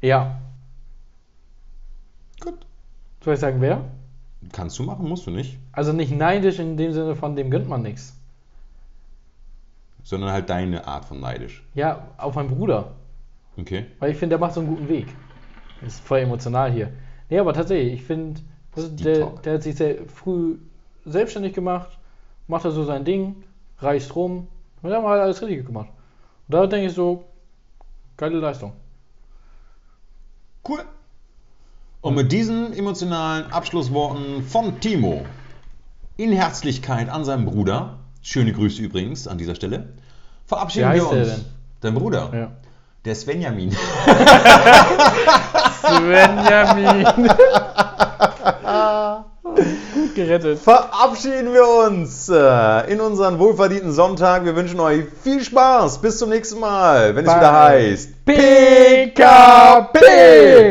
S6: Ja.
S2: Gut.
S6: Soll ich sagen, wer?
S2: Kannst du machen, musst du nicht.
S6: Also nicht neidisch in dem Sinne von dem gönnt man nichts.
S2: Sondern halt deine Art von neidisch.
S6: Ja, auf meinen Bruder.
S2: Okay.
S6: Weil ich finde, der macht so einen guten Weg. Ist voll emotional hier. Nee, aber tatsächlich, ich finde, das ist
S2: Deep
S6: der,
S2: Talk.
S6: der hat sich sehr früh selbstständig gemacht, macht da so sein Ding, reist rum. Und da haben wir halt alles richtig gemacht. Und da denke ich so, geile Leistung.
S2: Cool. Und mit diesen emotionalen Abschlussworten von Timo in Herzlichkeit an seinen Bruder, schöne Grüße übrigens an dieser Stelle, verabschieden
S6: Wie
S2: wir
S6: heißt der
S2: uns.
S6: denn?
S2: Dein Bruder,
S6: Ja.
S2: der Svenjamin.
S6: Benjamin. Gut gerettet.
S7: Verabschieden wir uns äh, in unseren wohlverdienten Sonntag. Wir wünschen euch viel Spaß. Bis zum nächsten Mal, wenn es
S6: Bye.
S7: wieder heißt.
S6: PKP!